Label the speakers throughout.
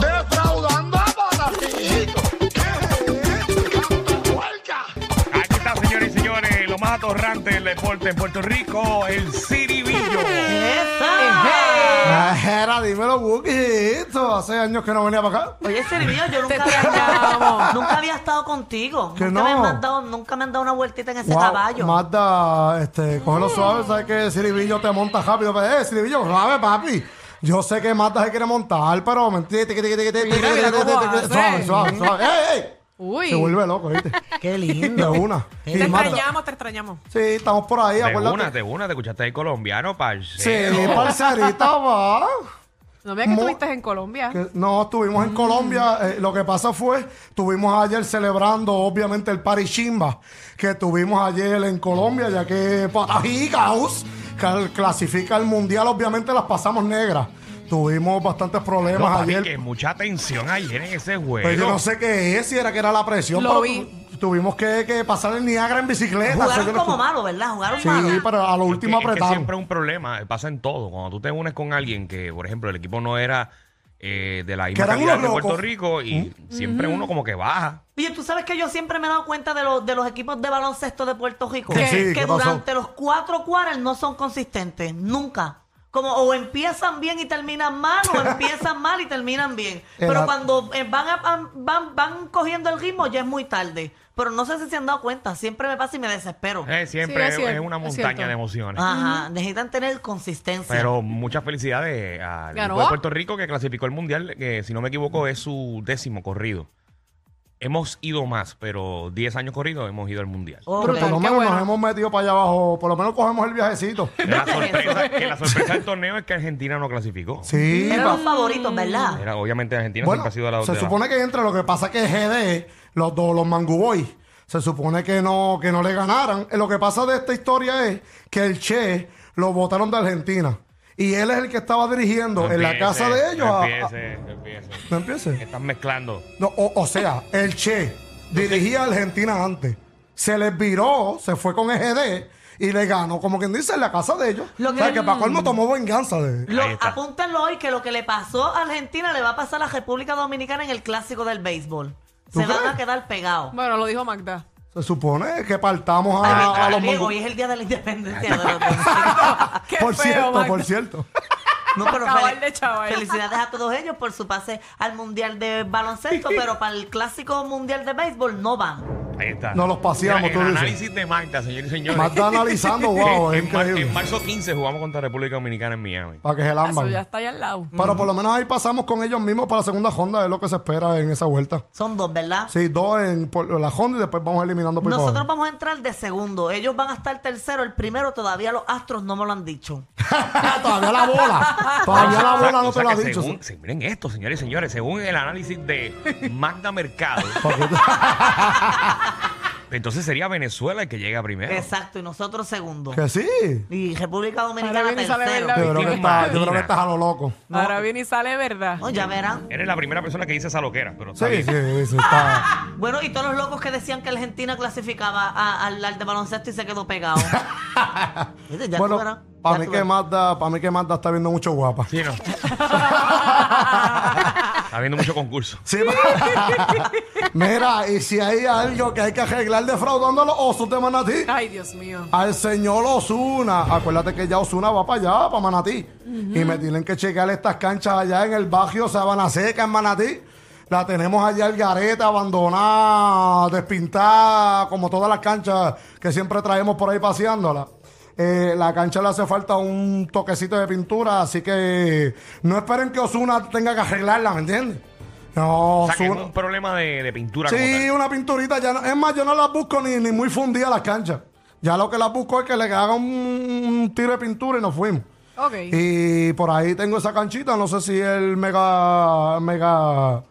Speaker 1: defraudando a Bonafito. Canta, huelga.
Speaker 2: Aquí está, señores y señores, lo más atorrante del deporte en Puerto Rico, el Ciribillo.
Speaker 3: Era, dímelo, Buquito. Hace años que no venía para acá.
Speaker 4: Oye, Servio, yo nunca había, estado, nunca había estado contigo.
Speaker 3: Que
Speaker 4: Nunca,
Speaker 3: no.
Speaker 4: me han mandado, nunca me han dado una vueltita en ese
Speaker 3: Wow,
Speaker 4: caballo.
Speaker 3: Magda, este, cógelo suave. Sabes que Siribillo te monta rápido. Pero, eh, Siribillo, suave, papi. Yo sé que Magda se quiere montar, pero mentira. tiqui, tiqui, tiqui, tiqui, tiqui,
Speaker 5: Mira, mira
Speaker 3: tiqui,
Speaker 5: cómo
Speaker 3: tiqui,
Speaker 5: hace.
Speaker 3: Suave, suave, suave. ¡Ey, ey!
Speaker 5: Uy,
Speaker 3: Se vuelve loco, ¿viste?
Speaker 4: Qué
Speaker 3: De
Speaker 4: lindo.
Speaker 3: una. Y
Speaker 5: te
Speaker 3: Magda-
Speaker 5: extrañamos, te extrañamos.
Speaker 3: Sí, estamos por ahí,
Speaker 2: De una,
Speaker 3: acuérdate.
Speaker 2: de una, te escuchaste ahí colombiano,
Speaker 3: Sí,
Speaker 2: parce.
Speaker 3: parcerita, va.
Speaker 5: No me digas que
Speaker 3: Mo-
Speaker 5: estuviste en Colombia.
Speaker 3: Que- no, estuvimos en Colombia.
Speaker 5: Mm.
Speaker 3: eh, lo que pasa fue, estuvimos ayer celebrando, obviamente, el Parichimba que tuvimos ayer en Colombia, ya que pues, Patajicaus cal- clasifica el mundial, obviamente las pasamos negras. Tuvimos bastantes
Speaker 2: No,
Speaker 3: problemas
Speaker 2: papi,
Speaker 3: ayer.
Speaker 2: que mucha tensión ayer en ese juego.
Speaker 3: Pero yo no sé qué es, si era que era la presión.
Speaker 5: Lo
Speaker 3: pero
Speaker 5: vi.
Speaker 3: tu- Tuvimos que, que pasar el Niagara en bicicleta. Eso yo
Speaker 4: Jugaron
Speaker 3: no
Speaker 4: como
Speaker 3: escu-
Speaker 4: malo, ¿verdad? Jugaron
Speaker 3: Sí,
Speaker 4: malo.
Speaker 3: pero a lo
Speaker 2: Es que-
Speaker 3: último
Speaker 2: es que
Speaker 3: apretaron.
Speaker 2: siempre es un problema, pasa en todo. Cuando tú te unes con alguien que, por ejemplo, el equipo no era eh, de la misma
Speaker 3: eran
Speaker 2: calidad
Speaker 3: unos
Speaker 2: de Puerto
Speaker 3: locos. Mm.
Speaker 2: Rico y siempre uno como que baja.
Speaker 4: Oye, tú sabes que yo siempre me he dado cuenta de, los de los equipos de baloncesto de Puerto Rico.
Speaker 3: ¿Qué? Sí, ¿qué
Speaker 4: que
Speaker 3: pasó?
Speaker 4: durante los cuatro cuartos no son consistentes. Nunca. Como o empiezan bien y terminan mal, o empiezan mal y terminan bien.
Speaker 3: Era-
Speaker 4: Pero cuando eh, van, a- van- van, van cogiendo el ritmo ya es muy tarde. Pero no sé si se han dado cuenta. Siempre me pasa y me desespero.
Speaker 2: Eh, siempre
Speaker 5: Sí,
Speaker 2: es,
Speaker 5: es cierto,
Speaker 2: es una
Speaker 5: es
Speaker 2: montaña
Speaker 5: cierto. Ah,
Speaker 2: de emociones.
Speaker 4: Ajá, necesitan tener consistencia.
Speaker 2: Pero muchas felicidades al
Speaker 5: Ganó.
Speaker 2: equipo de Puerto Rico que clasificó el mundial, que si no me equivoco es su décimo corrido. Hemos ido más, pero 10 años corridos hemos ido al mundial.
Speaker 4: Ok.
Speaker 3: Pero por lo
Speaker 5: Qué
Speaker 3: menos
Speaker 5: bueno.
Speaker 3: nos hemos metido para allá abajo. Por lo menos cogemos el viajecito.
Speaker 2: Que La sorpresa, que la sorpresa del torneo es que Argentina no clasificó.
Speaker 3: Sí,
Speaker 4: Eran
Speaker 3: pa-
Speaker 4: los favoritos, ¿verdad?
Speaker 2: Era, obviamente Argentina
Speaker 3: Bueno,
Speaker 2: siempre ha sido la
Speaker 3: se
Speaker 2: de la-
Speaker 3: supone que entre lo que pasa es que GD, los dos, los Manguboy, se supone que no, que no le ganaran. Eh, Lo que pasa de esta historia es que el Che lo votaron de Argentina. Y él es el que estaba dirigiendo
Speaker 2: No
Speaker 3: en la
Speaker 2: empieces,
Speaker 3: casa de ellos. ah,
Speaker 2: No
Speaker 3: a- a-
Speaker 2: empiece, no empiece.
Speaker 3: ¿No empiece?
Speaker 2: Están mezclando.
Speaker 3: No, o, o sea, el Che dirigía a Argentina antes. Se les viró, se fue con EGD y le ganó, como quien dice, en la casa de ellos.
Speaker 4: Lo
Speaker 3: o
Speaker 4: que-
Speaker 3: sea, que Paco no tomó venganza de
Speaker 4: Lo,
Speaker 2: Ahí está.
Speaker 4: apúntenlo hoy que lo que le pasó a Argentina le va a pasar a la República Dominicana en el clásico del béisbol.
Speaker 3: ¿Tú
Speaker 4: Se van
Speaker 3: crees?
Speaker 4: a quedar pegados.
Speaker 5: Bueno, lo dijo Magda.
Speaker 3: Se supone que partamos a, a Ah, los
Speaker 4: Oye,
Speaker 3: Manguboy.
Speaker 4: hoy es el día de la independencia de los dos.
Speaker 5: Qué
Speaker 3: por
Speaker 5: feo,
Speaker 3: cierto,
Speaker 5: Magda.
Speaker 3: por cierto.
Speaker 4: No, pero
Speaker 5: Cabal
Speaker 4: fel-
Speaker 5: de chaval.
Speaker 4: Felicidades a todos ellos por su pase al Mundial de Baloncesto, pero para el clásico Mundial de Béisbol no van.
Speaker 2: Ahí está.
Speaker 3: No los paseamos,
Speaker 2: Mira,
Speaker 3: tú
Speaker 2: El
Speaker 3: dices.
Speaker 2: análisis de Magda, señores y señores.
Speaker 3: Más está analizando, wow, es
Speaker 2: en, mar-
Speaker 3: increíble.
Speaker 2: en marzo 15 jugamos contra República Dominicana en Miami.
Speaker 3: Para que se
Speaker 5: Eso ya
Speaker 3: lamban.
Speaker 5: está ahí al lado.
Speaker 2: Mm.
Speaker 3: Pero por lo menos ahí pasamos con ellos mismos para la segunda ronda, es lo que se espera en esa vuelta.
Speaker 4: Son dos, ¿verdad?
Speaker 3: Sí, dos en por la Honda y después vamos eliminando por
Speaker 4: Nosotros vamos a entrar de segundo. Ellos van a estar tercero. El primero todavía los Astros no me lo han dicho.
Speaker 3: Todavía la bola. Todavía la
Speaker 2: O sea,
Speaker 3: bola no
Speaker 2: Ah, o sea
Speaker 3: te la ha
Speaker 2: que
Speaker 3: dicho.
Speaker 2: según- se- miren esto, señores y señores, según el análisis de Magda Mercado, entonces sería Venezuela el que llega primero.
Speaker 4: Exacto, y nosotros segundo.
Speaker 3: Que sí.
Speaker 4: Y República Dominicana
Speaker 5: Ahora viene y sale
Speaker 4: tercero.
Speaker 5: verdad.
Speaker 3: Yo creo, que está- yo creo que estás a lo loco.
Speaker 5: Ahora viene y sale verdad.
Speaker 4: No, ya verán.
Speaker 2: Eres la primera persona que dice esa loquera, pero está
Speaker 3: Sí,
Speaker 2: bien.
Speaker 3: sí, sí. Está.
Speaker 4: Bueno, y todos los locos que decían que Argentina clasificaba a- al, al de baloncesto y se quedó pegado. Viste, ya tú verás,
Speaker 3: Bueno,
Speaker 4: ya
Speaker 3: para
Speaker 4: tú
Speaker 3: mí, que
Speaker 4: verás.
Speaker 3: Magda, para mí que Magda está viendo mucho guapa.
Speaker 2: Sí, no. Está habiendo mucho concurso.
Speaker 3: Sí, pa- Mira, y si hay algo que hay que arreglar defraudando a los osos de Manatí,
Speaker 5: Ay, Dios mío.
Speaker 3: al señor Osuna. Acuérdate que ya Osuna va para allá, para Manatí. Y me tienen que checar estas canchas allá en el barrio Sabana Seca, en Manatí. La tenemos allá al garete, abandonada, despintada, como todas las canchas que siempre traemos por ahí paseándola. Eh, la cancha le hace falta un toquecito de pintura, así que no esperen que Osuna tenga que arreglarla, ¿me entiendes? No,
Speaker 2: O sea, que es
Speaker 3: Ozuna-
Speaker 2: un problema de, de pintura. como
Speaker 3: Sí,
Speaker 2: tal.
Speaker 3: una pinturita. Ya no- es más, yo no las busco ni, ni muy fundida las canchas. Ya lo que las busco es que le haga un, un tiro de pintura y nos fuimos.
Speaker 5: Ok.
Speaker 3: Y por ahí tengo esa canchita. No sé si el mega. mega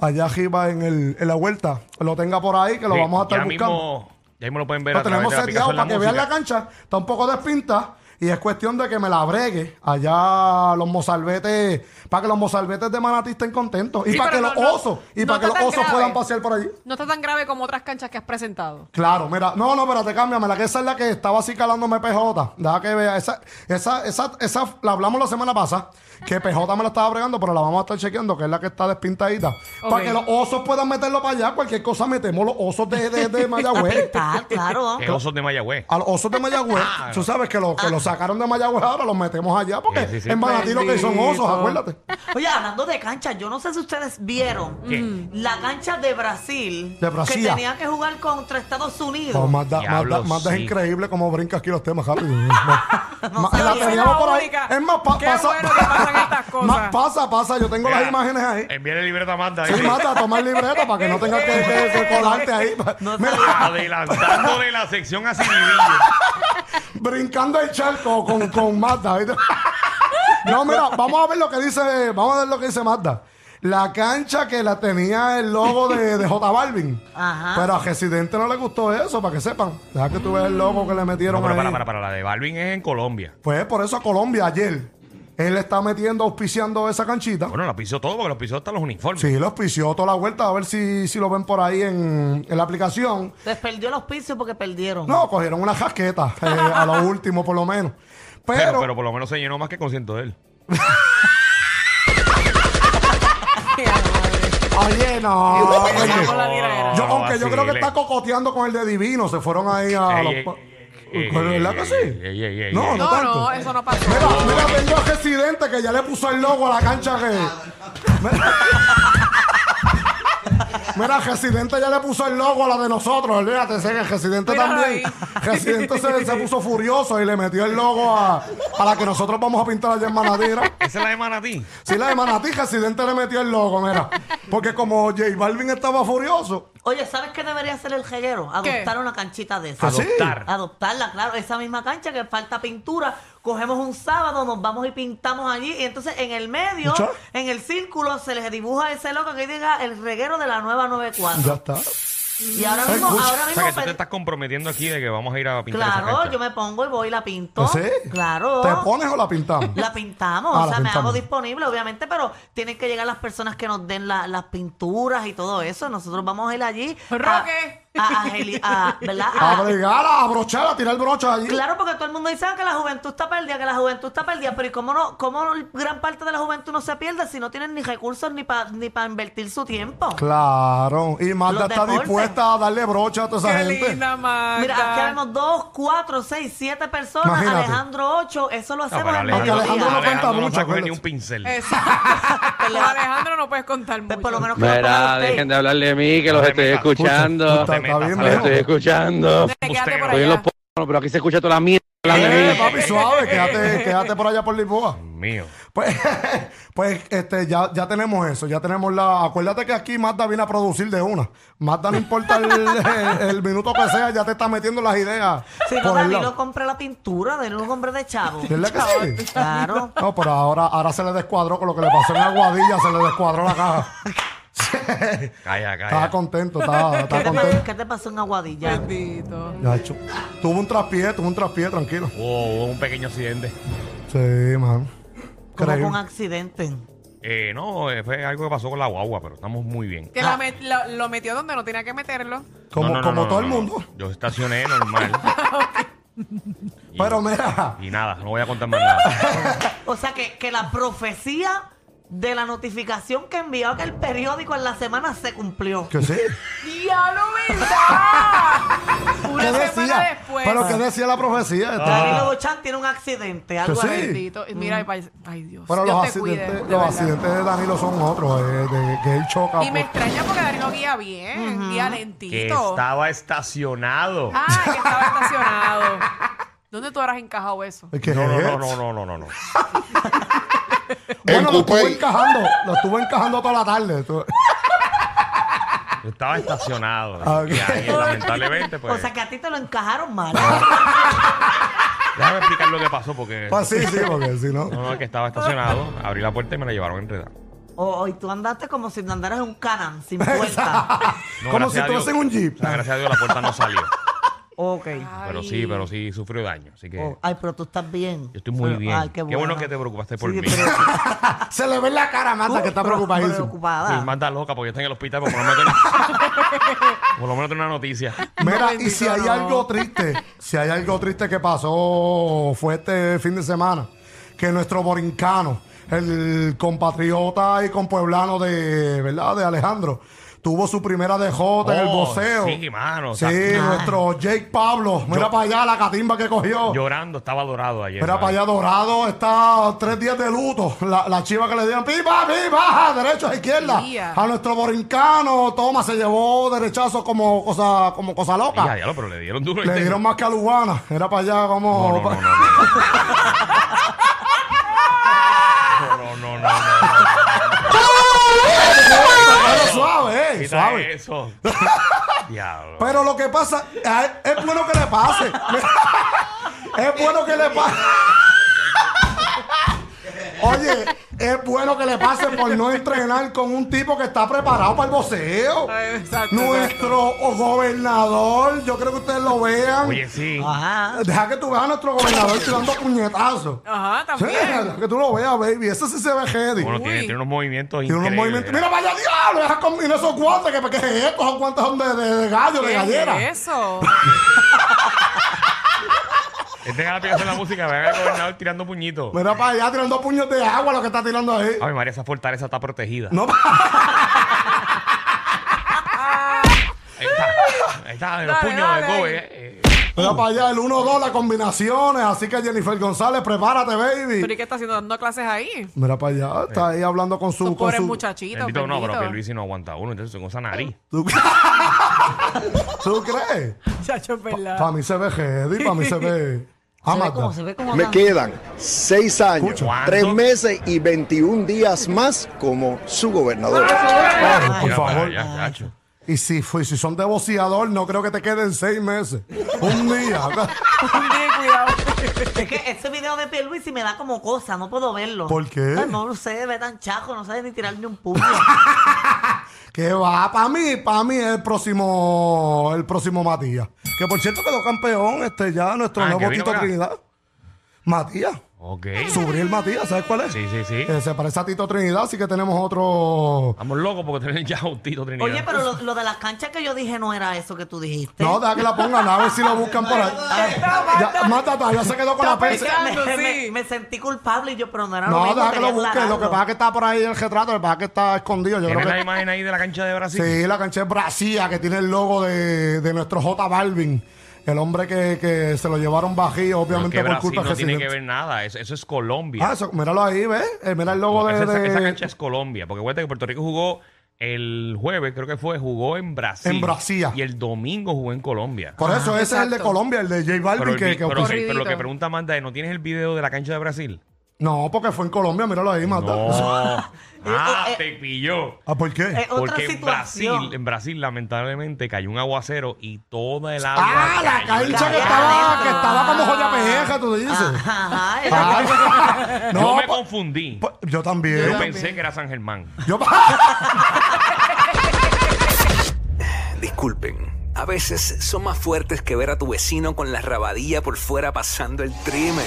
Speaker 3: allá arriba en, el, en la vuelta lo tenga por ahí, que lo
Speaker 2: Sí,
Speaker 3: vamos a estar
Speaker 2: ya
Speaker 3: buscando.
Speaker 2: Mismo, ya mismo lo pueden ver
Speaker 3: lo
Speaker 2: a través
Speaker 3: tenemos
Speaker 2: de la
Speaker 3: seteado
Speaker 2: aplicación
Speaker 3: para que vean la
Speaker 2: música.
Speaker 3: cancha. Está un poco despinta. Y es cuestión de que me la bregue allá los mozalbetes, para que los mozalbetes de Manatí estén contentos. Y
Speaker 5: Sí,
Speaker 3: para que
Speaker 5: pero
Speaker 3: los
Speaker 5: no- no-
Speaker 3: osos, y
Speaker 5: no
Speaker 3: para que
Speaker 5: está
Speaker 3: los
Speaker 5: tan
Speaker 3: osos puedan
Speaker 5: grave.
Speaker 3: pasear por allí.
Speaker 5: No está tan grave como otras canchas que has presentado.
Speaker 3: Claro, mira, no, no, espérate, cámbiame, la que esa es la que estaba así calándome PJ. Deja que vea, esa, esa, esa, esa, la hablamos la semana pasada, que PJ me la estaba bregando, pero la vamos a estar chequeando, que es la que está despintadita. Para
Speaker 5: Ok.
Speaker 3: que los osos puedan meterlo para allá, cualquier cosa metemos los osos de, de, de Mayagüez.
Speaker 4: Está, claro.
Speaker 2: Que osos de Mayagüez.
Speaker 3: A los osos de Mayagüez, tú sabes que los que los sacaron de Mayagüez ahora los metemos allá, porque
Speaker 2: Sí, sí, sí.
Speaker 3: en Manatí lo que son osos,
Speaker 5: Bendito.
Speaker 3: acuérdate.
Speaker 4: Oye, hablando de canchas, yo no sé si ustedes vieron
Speaker 2: ¿Qué?
Speaker 4: la cancha de Brasil,
Speaker 3: De Brasil.
Speaker 4: que tenía que jugar contra Estados Unidos.
Speaker 3: Oh, Magda,
Speaker 2: Diablo,
Speaker 3: Magda- Magda es
Speaker 2: sí.
Speaker 3: increíble cómo brinca aquí los temas rápido. Ma- la
Speaker 4: sé, yo soy
Speaker 3: teníamos
Speaker 5: la
Speaker 3: por ahí.
Speaker 5: única.
Speaker 3: Es más, pa-
Speaker 5: Qué
Speaker 3: pasa.
Speaker 5: bueno que pasan estas cosas.
Speaker 3: Ma- pasa, pasa. Yo tengo las
Speaker 2: Mira,
Speaker 3: imágenes ahí.
Speaker 2: Envíale libreta a Magda.
Speaker 3: Sí,
Speaker 2: ahí.
Speaker 3: mata, tomar libreta para que no tengas que, que- que colarte ahí. Mira,
Speaker 2: Adelantándole la sección a Ciribillo.
Speaker 3: brincando el charco con, con Magda. ¿viste? No, mira, vamos a ver lo que dice, vamos a ver lo que dice Magda. La cancha que la tenía el logo de, de J Balvin.
Speaker 4: Ajá.
Speaker 3: Pero a Residente no le gustó eso, para que sepan. Deja que tú veas el logo que le metieron
Speaker 2: No, pero
Speaker 3: ahí.
Speaker 2: para, para, para. La de Balvin es en Colombia.
Speaker 3: Pues por eso Colombia ayer, él está metiendo, auspiciando esa canchita.
Speaker 2: Bueno, la pisó todo porque los pisó hasta los uniformes.
Speaker 3: Sí, lo auspició toda la vuelta, a ver si, si lo ven por ahí en, en la aplicación.
Speaker 4: Les perdió el auspicio porque perdieron.
Speaker 3: No, cogieron una jasqueta, eh, a lo último por lo menos. Pero,
Speaker 2: Pero, pero por lo menos se llenó más que con ciento de él.
Speaker 3: oye, no. oye.
Speaker 5: Vamos a la diarrea.
Speaker 3: Yo,
Speaker 2: No
Speaker 3: aunque yo creo que
Speaker 2: vacile.
Speaker 3: está cocoteando con el de Divino, se fueron ahí a
Speaker 2: Ey,
Speaker 3: los...
Speaker 2: ey,
Speaker 3: pa- Pues,
Speaker 2: ey, ey,
Speaker 3: ¿Verdad
Speaker 2: ey,
Speaker 3: que
Speaker 2: ey,
Speaker 3: sí?
Speaker 2: ey, ey, ey,
Speaker 3: No,
Speaker 2: ey.
Speaker 3: no
Speaker 5: No,
Speaker 3: tanto.
Speaker 5: no, eso no pasó.
Speaker 3: Mira, mira, tengo a Residente que ya le puso el logo a la cancha que. Mira- Mira, Residente ya le puso el logo a la de nosotros. Olvídate, sé que Residente
Speaker 5: Míralo
Speaker 3: también.
Speaker 5: ahí.
Speaker 3: Residente se, se puso furioso y le metió el logo a, a la que nosotros vamos a pintar allá en Manatí. ¿no?
Speaker 2: Esa es la de Manatí.
Speaker 3: Sí, la de Manatí, Residente le metió el logo, mira. Porque como J Balvin estaba furioso.
Speaker 4: Oye, ¿sabes qué debería hacer el jeguero?
Speaker 5: ¿Qué?
Speaker 4: Adoptar una canchita de esas.
Speaker 3: Así.
Speaker 2: Adoptar.
Speaker 4: Adoptarla, claro, esa misma cancha que falta pintura. Cogemos un sábado, nos vamos y pintamos allí. Y entonces en el medio,
Speaker 3: ¿Mucha?
Speaker 4: en el círculo, se les dibuja ese loco que diga el reguero de la nueva 94.
Speaker 3: Ya está. Pues
Speaker 4: Y ahora mismo,
Speaker 3: Ay,
Speaker 4: ahora
Speaker 2: O
Speaker 4: mismo
Speaker 2: sea que tú te
Speaker 4: pe-
Speaker 2: estás comprometiendo aquí de que vamos a ir a pintar esa
Speaker 4: claro,
Speaker 2: cancha.
Speaker 4: yo me pongo y voy y la pinto.
Speaker 3: ¿Ah, ¿Sí?
Speaker 4: Claro.
Speaker 3: ¿Te pones o la pintamos?
Speaker 4: La pintamos,
Speaker 3: Ah,
Speaker 4: o
Speaker 3: la
Speaker 4: sea, me
Speaker 3: pintamos.
Speaker 4: hago disponible, obviamente, pero tienen que llegar las personas que nos den la- las pinturas y todo eso. Nosotros vamos a ir allí. a-
Speaker 5: Roque.
Speaker 4: A, a geli- a- ¿verdad? A-
Speaker 3: A bregar, a abrochar, a tirar brocha allí.
Speaker 4: claro, porque todo el mundo dice "Ah, que la juventud está perdida, que la juventud está perdida, pero ¿y cómo, no, cómo gran parte de la juventud no se pierde si no tienen ni recursos ni para ni para invertir su tiempo?
Speaker 3: Claro, y Magda
Speaker 4: Los
Speaker 3: está
Speaker 4: deportes.
Speaker 3: dispuesta a darle brocha a toda esa
Speaker 5: Qué
Speaker 3: gente.
Speaker 5: linda, Magda.
Speaker 4: Mira, aquí vemos dos, cuatro, seis, siete personas,
Speaker 3: Imagínate.
Speaker 4: Alejandro ocho, eso lo
Speaker 2: No,
Speaker 4: hacemos
Speaker 2: pero
Speaker 4: en
Speaker 2: Alejandro,
Speaker 3: Porque
Speaker 4: mediodía.
Speaker 3: Alejandro no cuenta
Speaker 2: Alejandro no
Speaker 3: mucho,
Speaker 2: saca ni
Speaker 3: acuérdate.
Speaker 2: un pincel.
Speaker 5: Exacto. Con Alejandro no puedes contar
Speaker 4: Pues, por lo menos
Speaker 5: mucho.
Speaker 4: que lo pongan
Speaker 6: Mira,
Speaker 4: ustedes.
Speaker 6: dejen de hablar de mí, que los
Speaker 2: No te
Speaker 6: estoy
Speaker 2: metas.
Speaker 6: escuchando.
Speaker 3: Escucha,
Speaker 2: te
Speaker 3: está- está
Speaker 2: metas,
Speaker 3: bien,
Speaker 2: no
Speaker 6: Los
Speaker 2: te
Speaker 3: veo.
Speaker 6: estoy escuchando.
Speaker 5: Quédate por
Speaker 2: Pero
Speaker 6: Estoy en los
Speaker 5: allá.
Speaker 6: pornos, pero aquí se escucha toda la mierda. que hablan de
Speaker 3: Eh,
Speaker 6: mí.
Speaker 3: papi, suave, quédate, quédate por allá por Lisboa.
Speaker 2: Mío.
Speaker 3: Pues, pues este, ya, ya tenemos eso, ya tenemos la... Acuérdate que aquí Magda viene a producir de una. Magda no importa el, el- el minuto que sea, ya te está metiendo las ideas.
Speaker 4: Si no,
Speaker 3: por el
Speaker 4: Danilo
Speaker 3: lado.
Speaker 4: compra la pintura, Danilo compra de chavo.
Speaker 3: ¿Verdad que sí?
Speaker 4: Claro.
Speaker 3: No, pero ahora, ahora se le descuadró con lo que le pasó en Aguadilla, se le descuadró la caja.
Speaker 2: Calla, calla.
Speaker 3: Estaba contento, estaba,
Speaker 4: ¿Qué
Speaker 3: estaba
Speaker 4: te, pa-
Speaker 3: contento.
Speaker 4: qué te pasó en Aguadilla?
Speaker 3: Eh,
Speaker 5: Bendito.
Speaker 3: Ya, hecho. Tuvo un traspié, tuvo un traspié, tranquilo.
Speaker 2: Hubo un pequeño accidente.
Speaker 3: Sí, man.
Speaker 4: Como
Speaker 3: Increíble.
Speaker 4: con un accidente.
Speaker 2: Eh, no, eh, fue algo que pasó con la guagua, pero estamos muy bien.
Speaker 4: Ah.
Speaker 5: Que la met- la- lo metió donde no tenía que meterlo.
Speaker 3: Como,
Speaker 2: No, no, no,
Speaker 3: como
Speaker 2: no,
Speaker 3: todo
Speaker 2: no,
Speaker 3: el
Speaker 2: no.
Speaker 3: mundo.
Speaker 2: Yo estacioné normal. Y-
Speaker 3: Pero mira,
Speaker 2: Y nada, no voy a contar más nada.
Speaker 4: O sea que, que la profecía de la notificación que enviaba que el periódico en la semana se cumplió.
Speaker 3: Que sí.
Speaker 5: ¡Diablo, verdad!
Speaker 3: ¿Qué
Speaker 5: Una semana
Speaker 3: decía?
Speaker 5: después.
Speaker 3: Pero ¿qué decía la profecía? Este, Esta-
Speaker 4: Danilo Bochan tiene un accidente, algo
Speaker 5: Pues
Speaker 3: sí. Mm.
Speaker 4: así.
Speaker 5: Bendito. Y Mira, ay, ay, Dios.
Speaker 3: Pero
Speaker 5: Dios
Speaker 3: los
Speaker 5: te cuide,
Speaker 3: accidentes,
Speaker 5: de
Speaker 3: los
Speaker 5: verdad.
Speaker 3: accidentes de Danilo son otros, eh, de- que él choca.
Speaker 5: Y me
Speaker 3: por-
Speaker 5: extraña porque Danilo guía bien, guía lentito.
Speaker 2: Que estaba estacionado.
Speaker 5: Ah, que estaba estacionado. ¿Dónde tú habrás encajado eso?
Speaker 3: ¿Qué
Speaker 2: No, no,
Speaker 3: es?
Speaker 2: no, no, no, no, no, no.
Speaker 3: Bueno,
Speaker 7: En
Speaker 3: lo
Speaker 7: coupé.
Speaker 3: estuve encajando, lo estuve encajando toda la tarde. tú-
Speaker 2: Yo estaba estacionado.
Speaker 3: Ah,
Speaker 2: Y ahí,
Speaker 3: ok.
Speaker 2: lamentablemente, pues.
Speaker 4: O sea que a ti te lo encajaron mal.
Speaker 3: Ah.
Speaker 2: Déjame explicar lo que pasó porque.
Speaker 3: Pues sí, sí, porque si no.
Speaker 2: No, no, es que estaba estacionado. Abrí la puerta y me la llevaron enredada.
Speaker 4: O, y tú andaste como si andaras en un canam sin puerta.
Speaker 2: No,
Speaker 3: Como
Speaker 2: gracias
Speaker 3: si
Speaker 2: a Dios.
Speaker 3: tuviesen un jeep.
Speaker 2: O sea, gracias a Dios la puerta no salió.
Speaker 4: ok.
Speaker 2: Pero sí, pero sí sufrió daño. Así que
Speaker 4: Oh, ay, pero tú estás bien.
Speaker 2: yo estoy muy bien.
Speaker 4: Ay, qué bueno.
Speaker 2: que te preocupaste por
Speaker 4: Sí,
Speaker 2: mí.
Speaker 4: pero-
Speaker 3: Se le ve en la cara, Manda, que está
Speaker 4: Uh, Pero-
Speaker 3: preocupadísimo.
Speaker 2: Mi
Speaker 4: Preocupada.
Speaker 2: manda loca porque está en el hospital. Por lo menos tengo- por lo menos tengo una noticia.
Speaker 3: Mira, y
Speaker 5: bendito,
Speaker 3: si hay
Speaker 5: no.
Speaker 3: algo triste, si hay algo triste que pasó fue este fin de semana, que nuestro borincano, el compatriota y compueblano de, ¿verdad? De Alejandro, tuvo su primera DJ en el
Speaker 2: Oh,
Speaker 3: boxeo.
Speaker 2: sí, mano,
Speaker 3: Sí,
Speaker 2: está-
Speaker 3: nuestro Jake Pablo, mira para allá la catimba que cogió.
Speaker 2: Llorando, estaba dorado ayer.
Speaker 3: Mira
Speaker 2: mano.
Speaker 3: para allá dorado, está tres días de luto. La, la chiva que le dieron, pipa, pipa, derecha, izquierda.
Speaker 5: Mía.
Speaker 3: A nuestro borincano, toma, se llevó derechazo como cosa, como cosa loca.
Speaker 2: Ya, ya lo, pero le dieron duro.
Speaker 3: Le
Speaker 2: ¿viste?
Speaker 3: dieron más que a Lugana. Era para allá
Speaker 2: No,
Speaker 3: como.
Speaker 2: no, no, no, no. No, no, no, no, no.
Speaker 3: Pero suave, eh,
Speaker 2: Quita
Speaker 3: suave. Pues,
Speaker 2: eso. Diablo.
Speaker 3: Pero lo que pasa, eh, es bueno que le pase. es bueno que le pase. Oye, es bueno que le pase por no entrenar con un tipo que está preparado para el boxeo.
Speaker 5: Ay, exacto, exacto.
Speaker 3: Nuestro gobernador, yo creo que ustedes lo vean.
Speaker 2: Oye, sí.
Speaker 4: Ajá.
Speaker 3: Deja que tú veas a nuestro gobernador tirando puñetazos.
Speaker 5: Ajá,
Speaker 3: Sí,
Speaker 5: también.
Speaker 3: deja que tú lo veas, baby. Ese sí se ve heavy.
Speaker 2: Bueno, tiene,
Speaker 5: Uy.
Speaker 2: tiene unos movimientos
Speaker 3: Tiene unos
Speaker 2: increíbles.
Speaker 3: movimientos. Mira, vaya diablo, deja combinar esos guantes. que que es esto? Esos guantes son de, de- de gallo, de
Speaker 5: ¿Qué
Speaker 3: gallera.
Speaker 5: es eso?
Speaker 2: Este es la pieza de la música, vean al gobernador tirando puñitos.
Speaker 3: Mira para allá, tirando dos puños de agua lo que está tirando ahí.
Speaker 2: Ay, María, esa fortaleza está protegida.
Speaker 3: No, pa-
Speaker 2: Ahí está. Ahí está, los
Speaker 5: Dale,
Speaker 2: puños de
Speaker 5: dale,
Speaker 2: Kobe.
Speaker 5: ahí.
Speaker 2: eh, eh.
Speaker 3: mira para allá, el 1-2, las combinaciones. Así que Jennifer González, prepárate,
Speaker 5: ¿Pero y
Speaker 3: baby.
Speaker 5: qué está haciendo dando clases ahí?
Speaker 3: Mira para allá, está
Speaker 2: Eh.
Speaker 3: ahí hablando con su.
Speaker 5: Esos
Speaker 3: Con
Speaker 5: pobres
Speaker 3: su
Speaker 5: muchachitos.
Speaker 2: Bendito, no, pero
Speaker 5: bendito.
Speaker 2: Pierluisi no aguanta uno, entonces con esa nariz.
Speaker 3: ¿Tú, ¿Tú crees?
Speaker 5: Chacho, es verdad.
Speaker 3: Para mí se ve heavy, para mí se ve. Ah,
Speaker 4: Se ve
Speaker 3: Magda.
Speaker 4: como, se ve como
Speaker 7: Me
Speaker 4: tan-
Speaker 7: quedan seis años,
Speaker 2: ¿Cuánto?
Speaker 7: tres meses y 21 días más como su gobernador.
Speaker 3: Ah, por
Speaker 2: Mira para
Speaker 3: favor.
Speaker 2: allá, chacho.
Speaker 3: Y si, fue- si son de boceador, no creo que te queden seis meses. Un día.
Speaker 5: Ten cuidado.
Speaker 4: Es que ese video de Pierluisi me da como cosa, no puedo verlo.
Speaker 3: ¿Por qué?
Speaker 4: Ay, no lo sé, ve tan chaco, no sabe ni tirar ni un puño.
Speaker 3: Que va, para mí, para mí es el próximo, el próximo Matías. Que por cierto quedó campeón este ya nuestro
Speaker 2: Ah, que
Speaker 3: nuevo
Speaker 2: vino
Speaker 3: Tito
Speaker 2: para acá.
Speaker 3: Trinidad. Matías.
Speaker 2: Ok.
Speaker 3: Subril Matías, ¿sabes cuál es?
Speaker 2: Sí, sí, sí.
Speaker 3: Que se parece a Tito Trinidad, así que tenemos otro.
Speaker 2: Estamos locos porque tenemos ya un Tito Trinidad.
Speaker 4: Oye, pero lo, lo de las canchas que yo dije no era eso que tú dijiste.
Speaker 3: No, deja que la pongan, a ver si lo buscan por ahí. Ya, Mata, todavía se quedó con la
Speaker 4: Es
Speaker 3: pese.
Speaker 4: que
Speaker 5: Pensando,
Speaker 4: me, me-
Speaker 5: sí.
Speaker 4: me sentí culpable y yo, pero no era lo
Speaker 3: No,
Speaker 4: mismo,
Speaker 3: deja que lo
Speaker 4: quería
Speaker 3: busquen. Lo que
Speaker 4: aclararlo.
Speaker 3: pasa es que está por ahí el retrato, lo que pasa es que está escondido. Yo creo
Speaker 2: ¿Tienes la
Speaker 3: que.
Speaker 2: imagen ahí de la cancha de Brasil?
Speaker 3: Sí, la cancha es Brasía, que tiene el logo de, de nuestro J Balvin. El hombre que, que se lo llevaron
Speaker 2: Pero
Speaker 3: bajío,
Speaker 2: es
Speaker 3: obviamente,
Speaker 2: que
Speaker 3: por
Speaker 2: Brasil
Speaker 3: culpa
Speaker 2: Ah, no
Speaker 3: de
Speaker 2: tiene que ver nada. Eso, eso es Colombia.
Speaker 3: Ah, eso, míralo ahí, ¿ves? Eh, mira el logo de...
Speaker 2: esa, esa-
Speaker 3: de-
Speaker 2: esa cancha es Colombia. Porque acuérdate que Puerto Rico jugó el jueves, creo que fue, jugó en Brasil.
Speaker 3: En Brasil.
Speaker 2: Y el domingo jugó en Colombia.
Speaker 3: Por eso ese es el de
Speaker 5: exacto.
Speaker 3: Colombia, el de J Balvin.
Speaker 2: Pero, el
Speaker 3: que,
Speaker 2: vi-
Speaker 3: que-
Speaker 2: pero sí,
Speaker 5: Corridito.
Speaker 2: pero lo que pregunta Amanda es, ¿no tienes el video de la cancha de Brasil?
Speaker 3: No, porque fue en Colombia, míralo ahí, Mata.
Speaker 2: No. ah,
Speaker 4: Eh, eh,
Speaker 2: te pilló.
Speaker 3: Ah, ¿por qué?
Speaker 4: Eh, otra
Speaker 2: Porque en
Speaker 4: situación.
Speaker 2: Brasil, en Brasil, lamentablemente, cayó un aguacero y toda el agua.
Speaker 3: ah, la
Speaker 2: cayó en
Speaker 3: cancha que
Speaker 4: la
Speaker 3: estaba,
Speaker 4: cancha.
Speaker 3: que estaba como joya pejeja, tú dices.
Speaker 4: Ajá, es-
Speaker 3: Ah,
Speaker 2: Yo
Speaker 3: no, pues,
Speaker 2: me
Speaker 3: pa-
Speaker 2: confundí.
Speaker 3: pa- yo también.
Speaker 2: Yo pensé que era San Germán.
Speaker 3: Yo pa-
Speaker 8: Disculpen, a veces son más fuertes que ver a tu vecino con la rabadilla por fuera pasando el trimen.